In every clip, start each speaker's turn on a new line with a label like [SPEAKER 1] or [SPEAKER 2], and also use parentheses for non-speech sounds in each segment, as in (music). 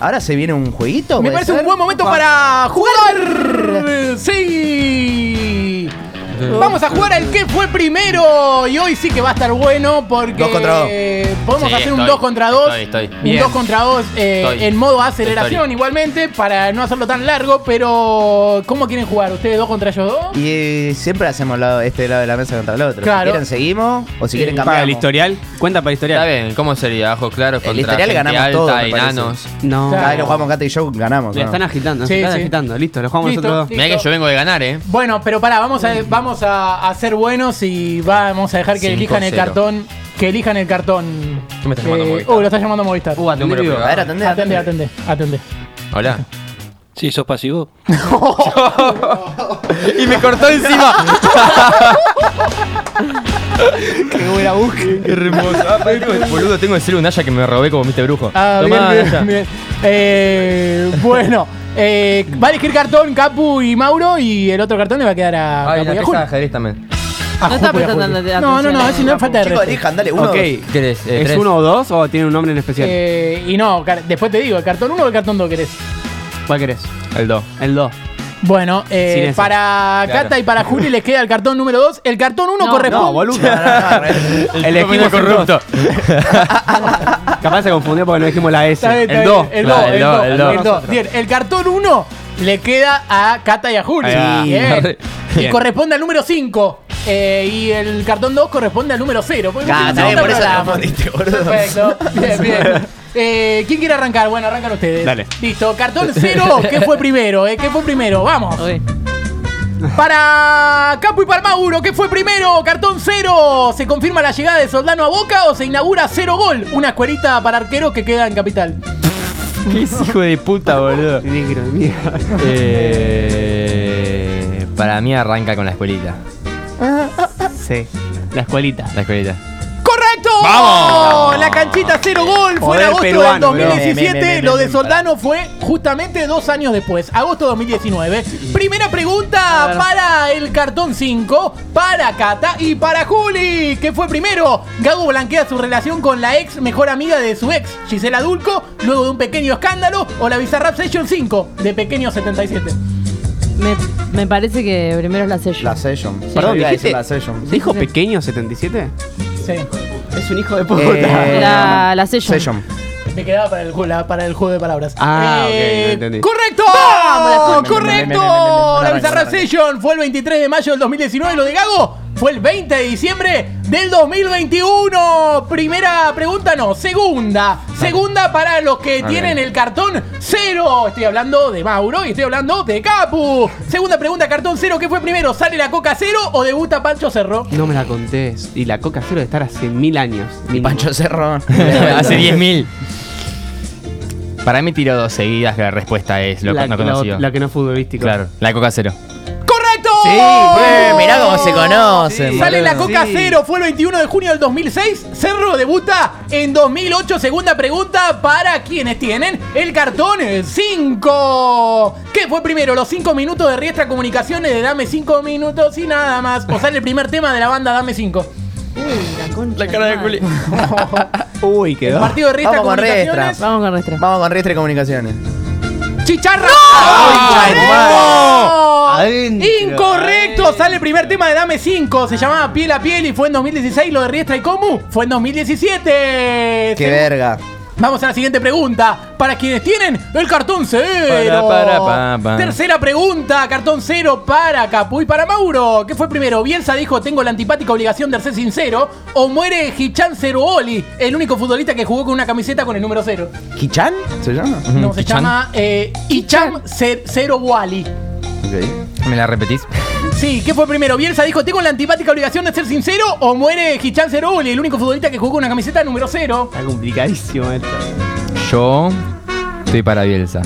[SPEAKER 1] Ahora se viene un jueguito.
[SPEAKER 2] Me
[SPEAKER 1] ¿puede
[SPEAKER 2] parece
[SPEAKER 1] ser?
[SPEAKER 2] un buen momento para jugar. Sí. Vamos a jugar al que fue primero. Y hoy sí que va a estar bueno porque
[SPEAKER 1] Dos contra dos.
[SPEAKER 2] eh, podemos
[SPEAKER 3] Sí,
[SPEAKER 2] hacer un
[SPEAKER 3] estoy,
[SPEAKER 2] 2 contra 2.
[SPEAKER 3] estoy, estoy.
[SPEAKER 2] Un
[SPEAKER 3] Bien.
[SPEAKER 2] 2 contra 2
[SPEAKER 3] Estoy.
[SPEAKER 2] en modo aceleración
[SPEAKER 3] Estoy.
[SPEAKER 2] igualmente para no hacerlo tan largo. Pero ¿cómo quieren jugar? ¿Ustedes dos contra ellos dos?
[SPEAKER 1] Y eh, siempre hacemos lado- este lado de la mesa contra el otro.
[SPEAKER 2] Claro.
[SPEAKER 1] Si quieren seguimos o si quieren cambiar.
[SPEAKER 4] Para el historial. Cuenta para el
[SPEAKER 3] Está
[SPEAKER 4] historial.
[SPEAKER 3] bien, ¿cómo sería? Ajo claro, contra
[SPEAKER 1] historial
[SPEAKER 3] gente
[SPEAKER 1] ganamos
[SPEAKER 3] alta,
[SPEAKER 1] todo, me parece.
[SPEAKER 3] enanos.
[SPEAKER 4] No.
[SPEAKER 2] Claro.
[SPEAKER 1] Cada vez que jugamos Cata y yo ganamos.
[SPEAKER 4] Le
[SPEAKER 1] ¿no?
[SPEAKER 4] están agitando,
[SPEAKER 2] Sí,
[SPEAKER 4] se están
[SPEAKER 2] sí.
[SPEAKER 4] agitando. Listo, lo jugamos
[SPEAKER 2] Listo.
[SPEAKER 4] nosotros dos.
[SPEAKER 3] Mirá que
[SPEAKER 2] Listo.
[SPEAKER 3] yo vengo de ganar,
[SPEAKER 1] Ah,
[SPEAKER 3] ¿eh?
[SPEAKER 2] Bueno, pero pará, vamos a, vamos a, a ser buenos y vamos a dejar que elijan el
[SPEAKER 3] 5-0.
[SPEAKER 2] cartón. Que elijan el cartón.
[SPEAKER 3] ¿Quién me está llamando Movistar?
[SPEAKER 2] Uh, lo está llamando Movistar.
[SPEAKER 4] Uh, atendé
[SPEAKER 3] Número
[SPEAKER 4] vivo.
[SPEAKER 1] A ver, atendé.
[SPEAKER 2] atende,
[SPEAKER 1] atendé.
[SPEAKER 2] atende, atende.
[SPEAKER 3] Hola.
[SPEAKER 5] Sí, sos pasivo.
[SPEAKER 3] y me (laughs) cortó encima.
[SPEAKER 2] Qué buena búsqueda.
[SPEAKER 3] Qué hermoso. Ah, pero, boludo, tengo el celu de Naya que me robé como viste brujo.
[SPEAKER 2] Ah,
[SPEAKER 3] Tomá,
[SPEAKER 2] bien, bien,
[SPEAKER 3] Naya.
[SPEAKER 2] bien. Eh, bueno, eh, va a elegir cartón Capu y Mauro y el otro cartón le va a quedar a
[SPEAKER 3] Ay,
[SPEAKER 2] Capu y
[SPEAKER 3] la
[SPEAKER 2] a
[SPEAKER 3] pesa de
[SPEAKER 2] Juli.
[SPEAKER 3] ajedrez también.
[SPEAKER 2] A
[SPEAKER 6] No está
[SPEAKER 2] Juli y a
[SPEAKER 6] prestando
[SPEAKER 2] Juli.
[SPEAKER 6] atención.
[SPEAKER 2] No, no, no, es no es falta de
[SPEAKER 1] Chicos,
[SPEAKER 2] respeto.
[SPEAKER 1] elijan, dale uno.
[SPEAKER 4] Ok.
[SPEAKER 1] dos.
[SPEAKER 3] ¿Qué querés? Eh,
[SPEAKER 4] ¿Es
[SPEAKER 3] tres.
[SPEAKER 4] uno o dos o tiene un nombre en especial?
[SPEAKER 2] Eh, y no, car- después te digo, ¿el cartón 1 o el cartón 2 querés?
[SPEAKER 4] ¿Cuál querés?
[SPEAKER 3] El dos.
[SPEAKER 4] El 2.
[SPEAKER 2] Bueno, eh,
[SPEAKER 4] Sin eso.
[SPEAKER 2] para
[SPEAKER 3] Claro.
[SPEAKER 2] Cata y para Juli les queda el cartón número 2. El cartón 1
[SPEAKER 6] No,
[SPEAKER 2] corresponde.
[SPEAKER 4] No, (laughs) boludo.
[SPEAKER 3] El,
[SPEAKER 4] Elegimos el
[SPEAKER 3] corrupto.
[SPEAKER 4] (laughs) Capaz se confundió porque no dijimos la
[SPEAKER 2] Está bien,
[SPEAKER 4] S.
[SPEAKER 2] está
[SPEAKER 4] El
[SPEAKER 2] bien.
[SPEAKER 4] 2.
[SPEAKER 2] El
[SPEAKER 3] Ah,
[SPEAKER 2] 2,
[SPEAKER 3] el
[SPEAKER 2] el
[SPEAKER 3] dos,
[SPEAKER 2] 2,
[SPEAKER 3] el
[SPEAKER 2] el
[SPEAKER 3] dos.
[SPEAKER 2] 2. Bien, el cartón 1 le queda a Cata y a Juli.
[SPEAKER 4] Ahí va.
[SPEAKER 2] Bien. Y
[SPEAKER 4] Bien.
[SPEAKER 2] corresponde al número 5. y el cartón 2 corresponde al número 0.
[SPEAKER 1] Ah, está bien, por eso la confundiste, boludo.
[SPEAKER 2] Perfecto. Bien,
[SPEAKER 1] (laughs)
[SPEAKER 2] bien. Eh, ¿Quién quiere arrancar? Bueno, arrancan ustedes.
[SPEAKER 4] Dale.
[SPEAKER 2] Listo, cartón 0. ¿Qué fue primero? eh? ¿Qué fue primero? Vamos.
[SPEAKER 6] Ok.
[SPEAKER 2] Para Capo y para Mauro, ¿qué fue primero? Cartón cero. ¿Se confirma la llegada de Soldano a Boca o se inaugura cero gol? Una escuelita para arqueros que queda en Capital.
[SPEAKER 4] ¿Qué hijo de puta, boludo? Negro, mierda.
[SPEAKER 3] Eh, para mí arranca con la escuelita.
[SPEAKER 4] Sí. La escuelita.
[SPEAKER 3] La escuelita.
[SPEAKER 2] ¡Correcto!
[SPEAKER 3] ¡Vamos!
[SPEAKER 2] La canchita cero gol fue en
[SPEAKER 4] Poder
[SPEAKER 2] agosto del
[SPEAKER 4] peruano, bro.
[SPEAKER 2] 2017.
[SPEAKER 1] Bien, bien, bien,
[SPEAKER 2] Lo de
[SPEAKER 1] bien, bien,
[SPEAKER 2] Soldano fue justamente dos años después, agosto 2019. Primera
[SPEAKER 6] A
[SPEAKER 2] pregunta
[SPEAKER 6] ver.
[SPEAKER 2] para el cartón 5, para Cata y para Juli, que fue primero. Gago blanquea su relación con la ex mejor amiga de su ex, Gisela Dulco, luego de un pequeño escándalo, o la Bizarrap Session 5, de Pequeño 77.
[SPEAKER 6] Me, me parece que primero es la sello.
[SPEAKER 1] La Session.
[SPEAKER 4] Perdón,
[SPEAKER 1] Iba a decir
[SPEAKER 4] dijiste.
[SPEAKER 1] La Session.
[SPEAKER 4] (laughs) ¿Dijo pequeño 77?
[SPEAKER 2] Sí,
[SPEAKER 4] Es un hijo de puta.
[SPEAKER 1] Eh,
[SPEAKER 6] La- la Session.
[SPEAKER 1] Session.
[SPEAKER 2] me quedaba para el, ju- la- para el juego de palabras. Eh,
[SPEAKER 4] Ah, ok, no entendí.
[SPEAKER 2] ¡Correcto!
[SPEAKER 6] ¡Vamos,
[SPEAKER 1] la-
[SPEAKER 2] ¡Correcto!
[SPEAKER 1] Bien, bien, bien, bien, bien, bien.
[SPEAKER 2] La
[SPEAKER 1] Arranca,
[SPEAKER 2] Bizarra
[SPEAKER 1] arranca.
[SPEAKER 2] Session fue el 23 de mayo del 2019. Lo de Gago fue el 20 de diciembre del 2021. Primera pregunta, no. Segunda. Segunda para los que tienen el cartón cero. Estoy hablando de Mauro y estoy hablando de Capu. Segunda pregunta, cartón cero. ¿Qué fue primero? ¿Sale la coca cero o debuta Pancho Cerro?
[SPEAKER 4] No me la contés. Y la coca cero de estar hace mil años.
[SPEAKER 1] Y
[SPEAKER 4] mínimo.
[SPEAKER 1] Pancho
[SPEAKER 4] (laughs)
[SPEAKER 1] Cerrón.
[SPEAKER 3] (laughs) Hace 10.000. Para mí tiró dos seguidas, que la respuesta es lo
[SPEAKER 4] la,
[SPEAKER 3] no
[SPEAKER 4] la-
[SPEAKER 3] conocido.
[SPEAKER 4] la que no es futbolístico.
[SPEAKER 3] claro, la coca cero.
[SPEAKER 2] ¡Correcto!
[SPEAKER 1] Sí, güey, mirá cómo se conocen.
[SPEAKER 2] ¡Oh! Sí.
[SPEAKER 1] boludo.
[SPEAKER 2] Sale la Coca
[SPEAKER 4] Sí.
[SPEAKER 2] Cero, fue el 21 de junio del 2006. Cerro debuta en 2008. Segunda pregunta para quienes tienen el cartón 5. ¿Qué fue primero? ¿Los 5 minutos de Riestra Comunicaciones de Dame 5 minutos y nada más? ¿O sale el primer tema de la banda Dame 5?
[SPEAKER 6] Uy, la concha. madre.
[SPEAKER 4] Uy,
[SPEAKER 2] El
[SPEAKER 4] quedó.
[SPEAKER 2] partido de Riestra
[SPEAKER 1] Vamos con
[SPEAKER 2] Comunicaciones.
[SPEAKER 1] Riestra.
[SPEAKER 6] Vamos con nuestra.
[SPEAKER 1] Vamos con Riestre Comunicaciones.
[SPEAKER 2] ¡Chicharra!
[SPEAKER 4] Adentro.
[SPEAKER 2] ¡Incorrecto! Sale el primer tema de Dame 5. Se llamaba Piel a Piel y fue en 2016. Lo de Riestra y Comu fue en 2017.
[SPEAKER 1] Qué verga.
[SPEAKER 2] Vamos a la siguiente pregunta. Para quienes tienen el cartón cero.
[SPEAKER 3] Para, para, pa, pa.
[SPEAKER 2] Tercera pregunta. Cartón cero para Capu y para Mauro. ¿Qué fue primero? Bielsa dijo tengo la antipática obligación de ser sincero. O muere Hichan Ceruoli, el único futbolista que jugó con una camiseta con el número cero.
[SPEAKER 1] ¿Kichan? ¿Se llama?
[SPEAKER 2] No, se
[SPEAKER 3] Hichan.
[SPEAKER 2] llama eh, Hichan Cer- Ceruoli.
[SPEAKER 1] Ok.
[SPEAKER 3] ¿Me la repetís?
[SPEAKER 2] Sí, ¿qué fue primero? Bielsa dijo tengo la antipática obligación de ser sincero. O muere Hichan Ceruoli, el único futbolista que jugó con una camiseta número cero.
[SPEAKER 4] Está complicadísimo esto.
[SPEAKER 3] Yo estoy para Bielsa.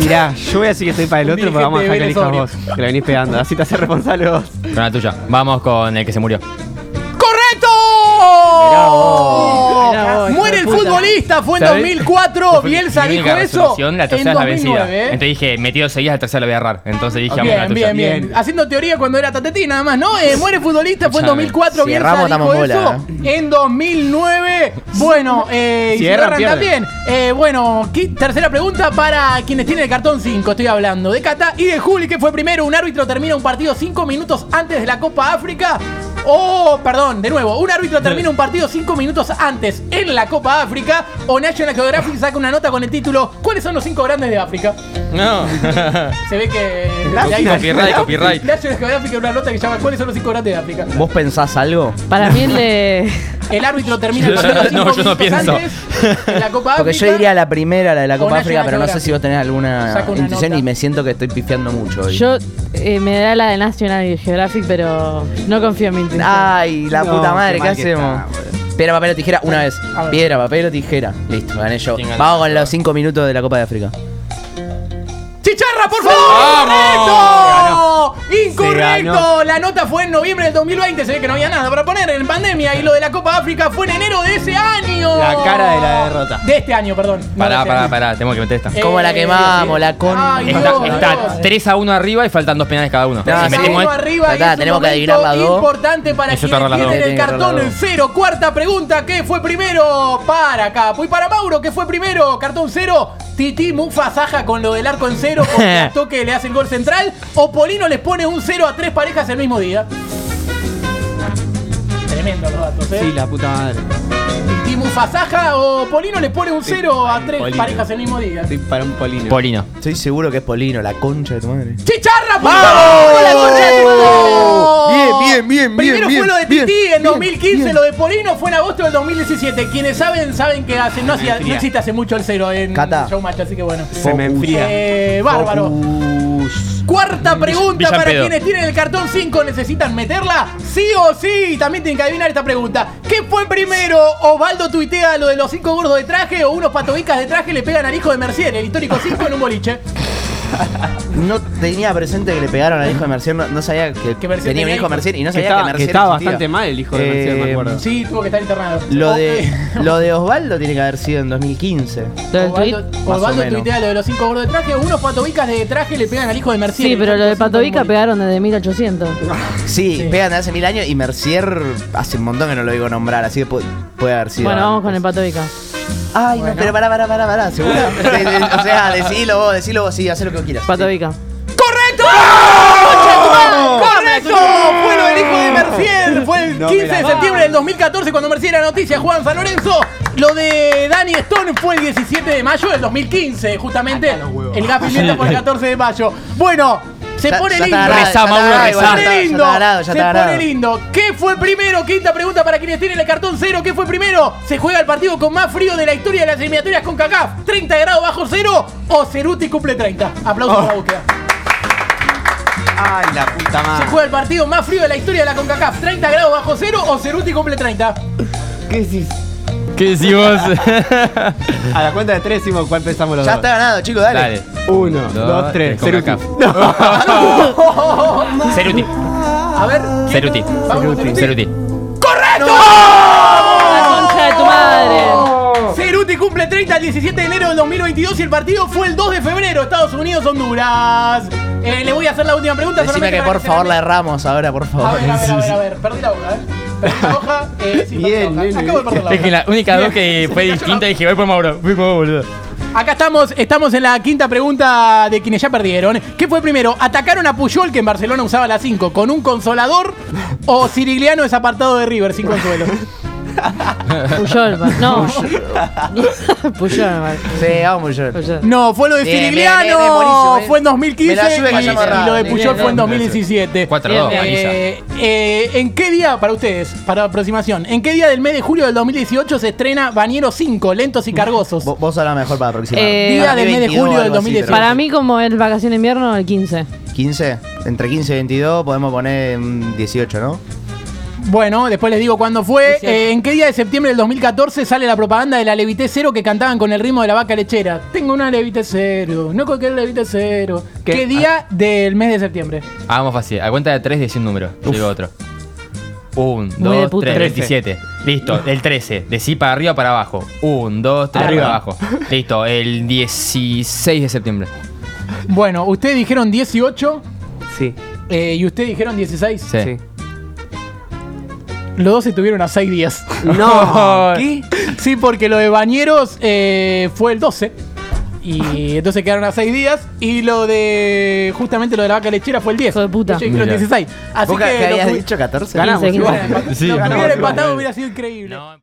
[SPEAKER 4] Mirá, yo voy a decir que estoy para el otro, pero vamos a dejar que elijas vos. Que la venís pegando. Así te haces responsable vos.
[SPEAKER 3] Con la tuya.
[SPEAKER 2] Oh,
[SPEAKER 3] Vamos con el que se murió.
[SPEAKER 2] ¡Correcto!
[SPEAKER 6] Mirá vos,
[SPEAKER 2] muere el futbolista, fue en
[SPEAKER 4] ¿Sabés?
[SPEAKER 2] 2004, Bielsa
[SPEAKER 3] Mi
[SPEAKER 2] dijo
[SPEAKER 3] única
[SPEAKER 2] eso
[SPEAKER 3] resolución, La
[SPEAKER 2] en
[SPEAKER 3] tercera es la vencida.
[SPEAKER 2] 2009. ¿eh?
[SPEAKER 3] Entonces dije, metido seguidas, la tercera la voy a agarrar. Entonces dije, vamos con la
[SPEAKER 2] Bien,
[SPEAKER 3] tuya.
[SPEAKER 2] bien, bien,
[SPEAKER 4] Bien.
[SPEAKER 2] Haciendo teoría cuando era Tatetí, nada más, ¿no? Eh, muere futbolista, fue en
[SPEAKER 3] Escuchame,
[SPEAKER 2] 2004,
[SPEAKER 1] si
[SPEAKER 2] Bielsa
[SPEAKER 1] erramos,
[SPEAKER 2] dijo
[SPEAKER 1] damos bola,
[SPEAKER 2] eso. En 2009, bueno, eh, y
[SPEAKER 4] Si
[SPEAKER 2] si
[SPEAKER 4] erran,
[SPEAKER 2] erran
[SPEAKER 4] pierden.
[SPEAKER 2] también. Eh, bueno, qui- tercera pregunta para quienes tienen el cartón 5, estoy hablando. De Cata y de Juli, que fue primero. Un árbitro termina un partido 5 minutos antes de la Copa África. O, perdón, de nuevo, un árbitro termina un partido 5 minutos antes en la Copa África o National Geographic saca una nota con el título ¿Cuáles son los 5 grandes de África?
[SPEAKER 3] No.
[SPEAKER 2] Se ve que.
[SPEAKER 1] Gracias.
[SPEAKER 2] Ahí-
[SPEAKER 3] Copyright, copyright.
[SPEAKER 2] National Geographic, una nota que llama ¿Cuáles son los cinco grandes de África?
[SPEAKER 1] ¿Vos pensás algo?
[SPEAKER 6] Para mí el de.
[SPEAKER 2] El árbitro termina
[SPEAKER 3] Yo-
[SPEAKER 2] el partido
[SPEAKER 3] (laughs) no,
[SPEAKER 2] cinco
[SPEAKER 3] yo no
[SPEAKER 2] minutos
[SPEAKER 3] pienso.
[SPEAKER 2] antes en la
[SPEAKER 3] (laughs)
[SPEAKER 2] Copa
[SPEAKER 1] Porque
[SPEAKER 2] África.
[SPEAKER 1] yo diría la primera, la de la
[SPEAKER 2] Con
[SPEAKER 1] Copa
[SPEAKER 2] National
[SPEAKER 1] África, pero no sé
[SPEAKER 2] Geographic.
[SPEAKER 1] si vos tenés alguna
[SPEAKER 2] Saco una
[SPEAKER 1] intuición
[SPEAKER 2] nota.
[SPEAKER 1] y me siento que estoy pifiando mucho hoy.
[SPEAKER 6] Yo eh, me da la de National Geographic, pero no confío en mi intuición.
[SPEAKER 1] Ay, la
[SPEAKER 4] No,
[SPEAKER 1] puta madre,
[SPEAKER 4] qué
[SPEAKER 1] ¿qué
[SPEAKER 4] mal que
[SPEAKER 1] hacemos? Piedra, papel o tijera, una vez.
[SPEAKER 2] A ver.
[SPEAKER 1] Piedra, papel o tijera. Listo, gané yo.
[SPEAKER 3] ¿Quién ganó?
[SPEAKER 1] Vamos con los 5 minutos de la Copa de África.
[SPEAKER 2] ¡Chicharra, por favor!
[SPEAKER 4] ¡Vamos!
[SPEAKER 2] ¡Correcto! ¡Incorrecto!
[SPEAKER 4] ganó.
[SPEAKER 2] La nota fue en noviembre del 2020. Se ve que no había nada para poner en pandemia. Y lo de la Copa África fue en enero de ese año.
[SPEAKER 4] La cara de la derrota.
[SPEAKER 2] De este año, perdón. No de
[SPEAKER 3] Pará,
[SPEAKER 2] ese
[SPEAKER 3] pará,
[SPEAKER 2] año.
[SPEAKER 3] pará, tengo que meter esta.
[SPEAKER 2] Eh,
[SPEAKER 1] ¿Cómo la quemamos, la con-
[SPEAKER 2] Ay,
[SPEAKER 3] Está,
[SPEAKER 2] Dios,
[SPEAKER 3] está
[SPEAKER 2] Dios.
[SPEAKER 3] 3 a 1 arriba y faltan dos penales cada uno.
[SPEAKER 1] Ah,
[SPEAKER 3] Si
[SPEAKER 1] sí.
[SPEAKER 3] metemos
[SPEAKER 2] Seguimos
[SPEAKER 1] este-
[SPEAKER 2] arriba
[SPEAKER 1] Ya
[SPEAKER 2] y
[SPEAKER 1] está,
[SPEAKER 2] es
[SPEAKER 1] tenemos
[SPEAKER 2] un
[SPEAKER 1] que adivinar
[SPEAKER 2] momento
[SPEAKER 1] las dos.
[SPEAKER 2] importante para
[SPEAKER 3] Eso
[SPEAKER 2] quienes
[SPEAKER 3] tarda las dos.
[SPEAKER 2] tienen el
[SPEAKER 1] Tienen que
[SPEAKER 2] cartón
[SPEAKER 1] agarrar
[SPEAKER 2] en
[SPEAKER 1] las dos.
[SPEAKER 2] cero. Cuarta pregunta, ¿qué fue primero para Capo? Y para Mauro, ¿qué fue primero? Cartón cero, Titi Mufa Saja con lo del arco en
[SPEAKER 1] (laughs)
[SPEAKER 2] cero, con el toque le hace el gol central, o Polino les pone un cero a tres parejas el mismo día. Tremendo los datos, ¿eh?
[SPEAKER 4] Sí, la puta madre.
[SPEAKER 2] Titi Mufa Saja o Polino les pone un cero a tres
[SPEAKER 4] Polino.
[SPEAKER 2] parejas el mismo día.
[SPEAKER 4] Estoy para un polino.
[SPEAKER 3] Polino.
[SPEAKER 1] Estoy seguro que es Polino, la concha de tu madre.
[SPEAKER 2] ¡Chicharra, por
[SPEAKER 1] ¡Vamos!
[SPEAKER 2] favor! ¡La concha de tu madre!
[SPEAKER 1] Bien, bien, bien,
[SPEAKER 2] Primero
[SPEAKER 1] bien,
[SPEAKER 2] fue lo de
[SPEAKER 1] bien,
[SPEAKER 2] Titi en
[SPEAKER 1] bien,
[SPEAKER 2] 2015,
[SPEAKER 1] bien.
[SPEAKER 2] lo de Polino fue en agosto del 2017. Quienes saben, saben que hace, no, hacía- no existe hace mucho el cero en
[SPEAKER 1] Cata.
[SPEAKER 2] Showmatch, así que bueno.
[SPEAKER 4] Se me enfría.
[SPEAKER 2] Eh, bárbaro.
[SPEAKER 4] Focus.
[SPEAKER 2] Cuarta pregunta
[SPEAKER 3] Villan
[SPEAKER 2] para
[SPEAKER 3] pedo.
[SPEAKER 2] quienes tienen el cartón 5, ¿necesitan meterla? Sí o sí, también tienen que adivinar esta pregunta. ¿Qué fue primero? ¿Osvaldo tuitea lo de los cinco gordos de traje o unos patobicas de traje le pegan al hijo de Mercedes, el histórico 5 en un boliche?
[SPEAKER 1] No tenía presente que le pegaron al hijo de Mercier, no, no sabía que,
[SPEAKER 2] Que Mercier
[SPEAKER 1] tenía un
[SPEAKER 2] tenía
[SPEAKER 1] hijo de
[SPEAKER 2] hijo.
[SPEAKER 1] Mercier y no
[SPEAKER 4] Que
[SPEAKER 1] sabía
[SPEAKER 4] estaba-
[SPEAKER 1] que
[SPEAKER 4] que
[SPEAKER 1] Mercier
[SPEAKER 4] estaba
[SPEAKER 1] existía. Eh,
[SPEAKER 4] bastante mal el hijo de Mercier, me acuerdo.
[SPEAKER 2] Sí, tuvo que estar internado.
[SPEAKER 1] Lo
[SPEAKER 2] Ok.
[SPEAKER 1] de, lo de Osvaldo tiene que haber sido en 2015.
[SPEAKER 6] Lo del
[SPEAKER 2] Osvaldo,
[SPEAKER 6] tuit.
[SPEAKER 1] Más
[SPEAKER 2] Osvaldo
[SPEAKER 1] o menos.
[SPEAKER 2] tuitea lo de los cinco gordos de traje, unos patobicas de traje le pegan al hijo de Mercedes.
[SPEAKER 6] Sí, pero lo de Patovica
[SPEAKER 2] pegar
[SPEAKER 6] pegaron desde 1800.
[SPEAKER 1] Sí,
[SPEAKER 2] Sí.
[SPEAKER 1] pegan de hace mil años y Mercier hace un montón que no lo digo nombrar, así que pu- puede haber sido.
[SPEAKER 6] Bueno, vamos con el
[SPEAKER 1] antes.
[SPEAKER 6] Patovica.
[SPEAKER 1] Ay, no, pero pará, pará, pará, pará, seguro. De- de- o sea, decilo vos, decilo vos, sí, haz lo que quieras.
[SPEAKER 6] Patovica.
[SPEAKER 2] ¡Correcto! ¡Correcto! Fue lo del hijo de Mercier. Fue el
[SPEAKER 4] No me
[SPEAKER 2] 15
[SPEAKER 4] la
[SPEAKER 2] de
[SPEAKER 4] va.
[SPEAKER 2] septiembre del 2014 cuando Mercier era noticia. Juan San Lorenzo. Lo de Danny Stone fue el 17 de mayo del 2015, justamente. El gas pimienta por el 14 de mayo. Bueno, se
[SPEAKER 1] Ya-
[SPEAKER 2] pone
[SPEAKER 1] ya
[SPEAKER 2] lindo.
[SPEAKER 1] está ganado,
[SPEAKER 3] Rezá,
[SPEAKER 1] ya está
[SPEAKER 3] Mauro,
[SPEAKER 1] ganado,
[SPEAKER 3] rezá.
[SPEAKER 1] ya
[SPEAKER 2] Se
[SPEAKER 1] está- ya
[SPEAKER 2] pone lindo.
[SPEAKER 1] está ganado, ya
[SPEAKER 2] se
[SPEAKER 1] está
[SPEAKER 2] pone
[SPEAKER 1] ganado.
[SPEAKER 2] lindo. ¿Qué fue primero? Quinta pregunta para quienes tienen el cartón cero. ¿Qué fue primero? ¿Se juega el partido con más frío de la historia de las eliminatorias con CACAF? ¿30 grados bajo cero o Ceruti cumple 30? Aplausos
[SPEAKER 1] Oh.
[SPEAKER 2] para la búsqueda.
[SPEAKER 4] Ay, la puta
[SPEAKER 1] Ah.
[SPEAKER 2] Se
[SPEAKER 4] madre.
[SPEAKER 2] juega el partido más frío de la historia de la CONCACAF. 30 grados bajo cero o Ceruti cumple 30.
[SPEAKER 4] ¿Qué decís?
[SPEAKER 3] ¿Qué (laughs) decimos?
[SPEAKER 4] A la cuenta de tres decimos cuál pensamos los
[SPEAKER 1] Ya
[SPEAKER 4] dos.
[SPEAKER 1] está ganado, chicos, dale.
[SPEAKER 3] Dale.
[SPEAKER 4] Uno, dos,
[SPEAKER 3] Dos,
[SPEAKER 4] tres.
[SPEAKER 3] tres,
[SPEAKER 4] Ceruti.
[SPEAKER 3] Ceruti.
[SPEAKER 2] A ver.
[SPEAKER 1] Ah.
[SPEAKER 3] Ceruti.
[SPEAKER 2] Vamos, Ceruti.
[SPEAKER 3] Ceruti.
[SPEAKER 2] ¡Correcto!
[SPEAKER 6] ¡La concha de tu (laughs) madre!
[SPEAKER 2] Ceruti cumple 30 el 17 de enero del 2022 y el partido fue el 2 de febrero, Estados Unidos-Honduras. Eh, le voy a hacer la última pregunta.
[SPEAKER 1] Decime
[SPEAKER 2] solamente
[SPEAKER 1] que
[SPEAKER 2] para
[SPEAKER 1] por
[SPEAKER 2] se
[SPEAKER 1] favor la
[SPEAKER 2] la-
[SPEAKER 1] erramos ahora, por favor.
[SPEAKER 2] A ver,
[SPEAKER 1] (laughs)
[SPEAKER 2] a ver, a ver, a ver. Perdí la hoja, ¿eh? Perdí la hoja. Eh, sí, perdí la
[SPEAKER 4] Bien,
[SPEAKER 2] hoja.
[SPEAKER 4] bien,
[SPEAKER 2] Acabo de perder la
[SPEAKER 3] Es que
[SPEAKER 2] hoja.
[SPEAKER 3] la única dos que fue distinta dije, voy por Mauro. Voy por Mauro, boludo.
[SPEAKER 2] Acá estamos, estamos en la quinta pregunta de quienes ya perdieron. ¿Qué fue primero? ¿Atacaron a Puyol, que en Barcelona usaba la 5, con un consolador? ¿O Cirigliano es apartado de River
[SPEAKER 1] (laughs)
[SPEAKER 2] sin consuelo?
[SPEAKER 6] Puyol, pa- no. (laughs) Puyol, me parece.
[SPEAKER 1] Sí, vamos, yo.
[SPEAKER 6] Puyol.
[SPEAKER 2] No, fue lo de
[SPEAKER 1] Bien, bien,
[SPEAKER 2] Cirigliano,
[SPEAKER 1] bien, bien, buenísimo, bien.
[SPEAKER 2] fue en
[SPEAKER 1] Me
[SPEAKER 2] 2015
[SPEAKER 1] la sube que
[SPEAKER 2] y,
[SPEAKER 1] hayamos
[SPEAKER 2] y
[SPEAKER 1] errado.
[SPEAKER 2] lo de
[SPEAKER 1] Bien,
[SPEAKER 2] Puyol fue en
[SPEAKER 3] bien,
[SPEAKER 2] 2017.
[SPEAKER 3] 4-2, Marisa.
[SPEAKER 2] Eh, eh, ¿En qué día, para ustedes, para aproximación, en qué día del mes de julio del 2018 se estrena Bañero 5, Lentos y Cargosos?
[SPEAKER 1] Vos, vos hablas mejor para aproximar.
[SPEAKER 6] Eh, Día
[SPEAKER 2] del mes de julio del 2018.
[SPEAKER 6] Para mí, como es vacación de invierno, el 15.
[SPEAKER 1] 15, entre 15 y 22 podemos poner mm, 18, ¿no?
[SPEAKER 2] Bueno, después les digo cuándo fue. Eh, ¿En qué día de septiembre del 2014 sale la propaganda de la Levité Cero que cantaban con el ritmo de la vaca lechera? Tengo una Levité Cero, no cualquier Levité Cero. ¿Qué,
[SPEAKER 4] ¿Qué?
[SPEAKER 2] día del mes de septiembre?
[SPEAKER 3] Hagamos fácil. A cuenta de tres, decía un número. Yo digo otro. 1,
[SPEAKER 6] Muy de
[SPEAKER 3] 2,
[SPEAKER 6] puta.
[SPEAKER 3] 3,
[SPEAKER 4] 13.
[SPEAKER 3] 27. Listo, el 13. Decí para arriba o para abajo. 1, 2, 3,
[SPEAKER 4] Arriba.
[SPEAKER 3] para abajo. Listo, el 16 de septiembre.
[SPEAKER 2] Bueno, ustedes dijeron 18
[SPEAKER 4] Sí,
[SPEAKER 2] eh, y ustedes dijeron 16.
[SPEAKER 3] Sí.
[SPEAKER 4] sí.
[SPEAKER 2] Los dos estuvieron a 6 días. (laughs)
[SPEAKER 4] No, ¿qué?
[SPEAKER 2] Sí, porque lo de Bañeros eh, fue el 12. Y entonces quedaron a 6 días. Y lo de. Justamente lo de la vaca lechera fue el 10.
[SPEAKER 6] Hijo de puta.
[SPEAKER 2] Yo dijeron
[SPEAKER 3] Mira.
[SPEAKER 2] 16. Así
[SPEAKER 1] ¿Vos que
[SPEAKER 2] que.
[SPEAKER 1] habías
[SPEAKER 2] lo pu-
[SPEAKER 1] dicho 14?
[SPEAKER 4] Ganamos
[SPEAKER 6] Quince,
[SPEAKER 2] lo
[SPEAKER 4] igual.
[SPEAKER 2] hubiera empatado-
[SPEAKER 3] Sí,
[SPEAKER 2] lo que
[SPEAKER 3] ganamos
[SPEAKER 2] hubiera
[SPEAKER 3] igual.
[SPEAKER 2] empatado hubiera sido increíble.
[SPEAKER 3] No.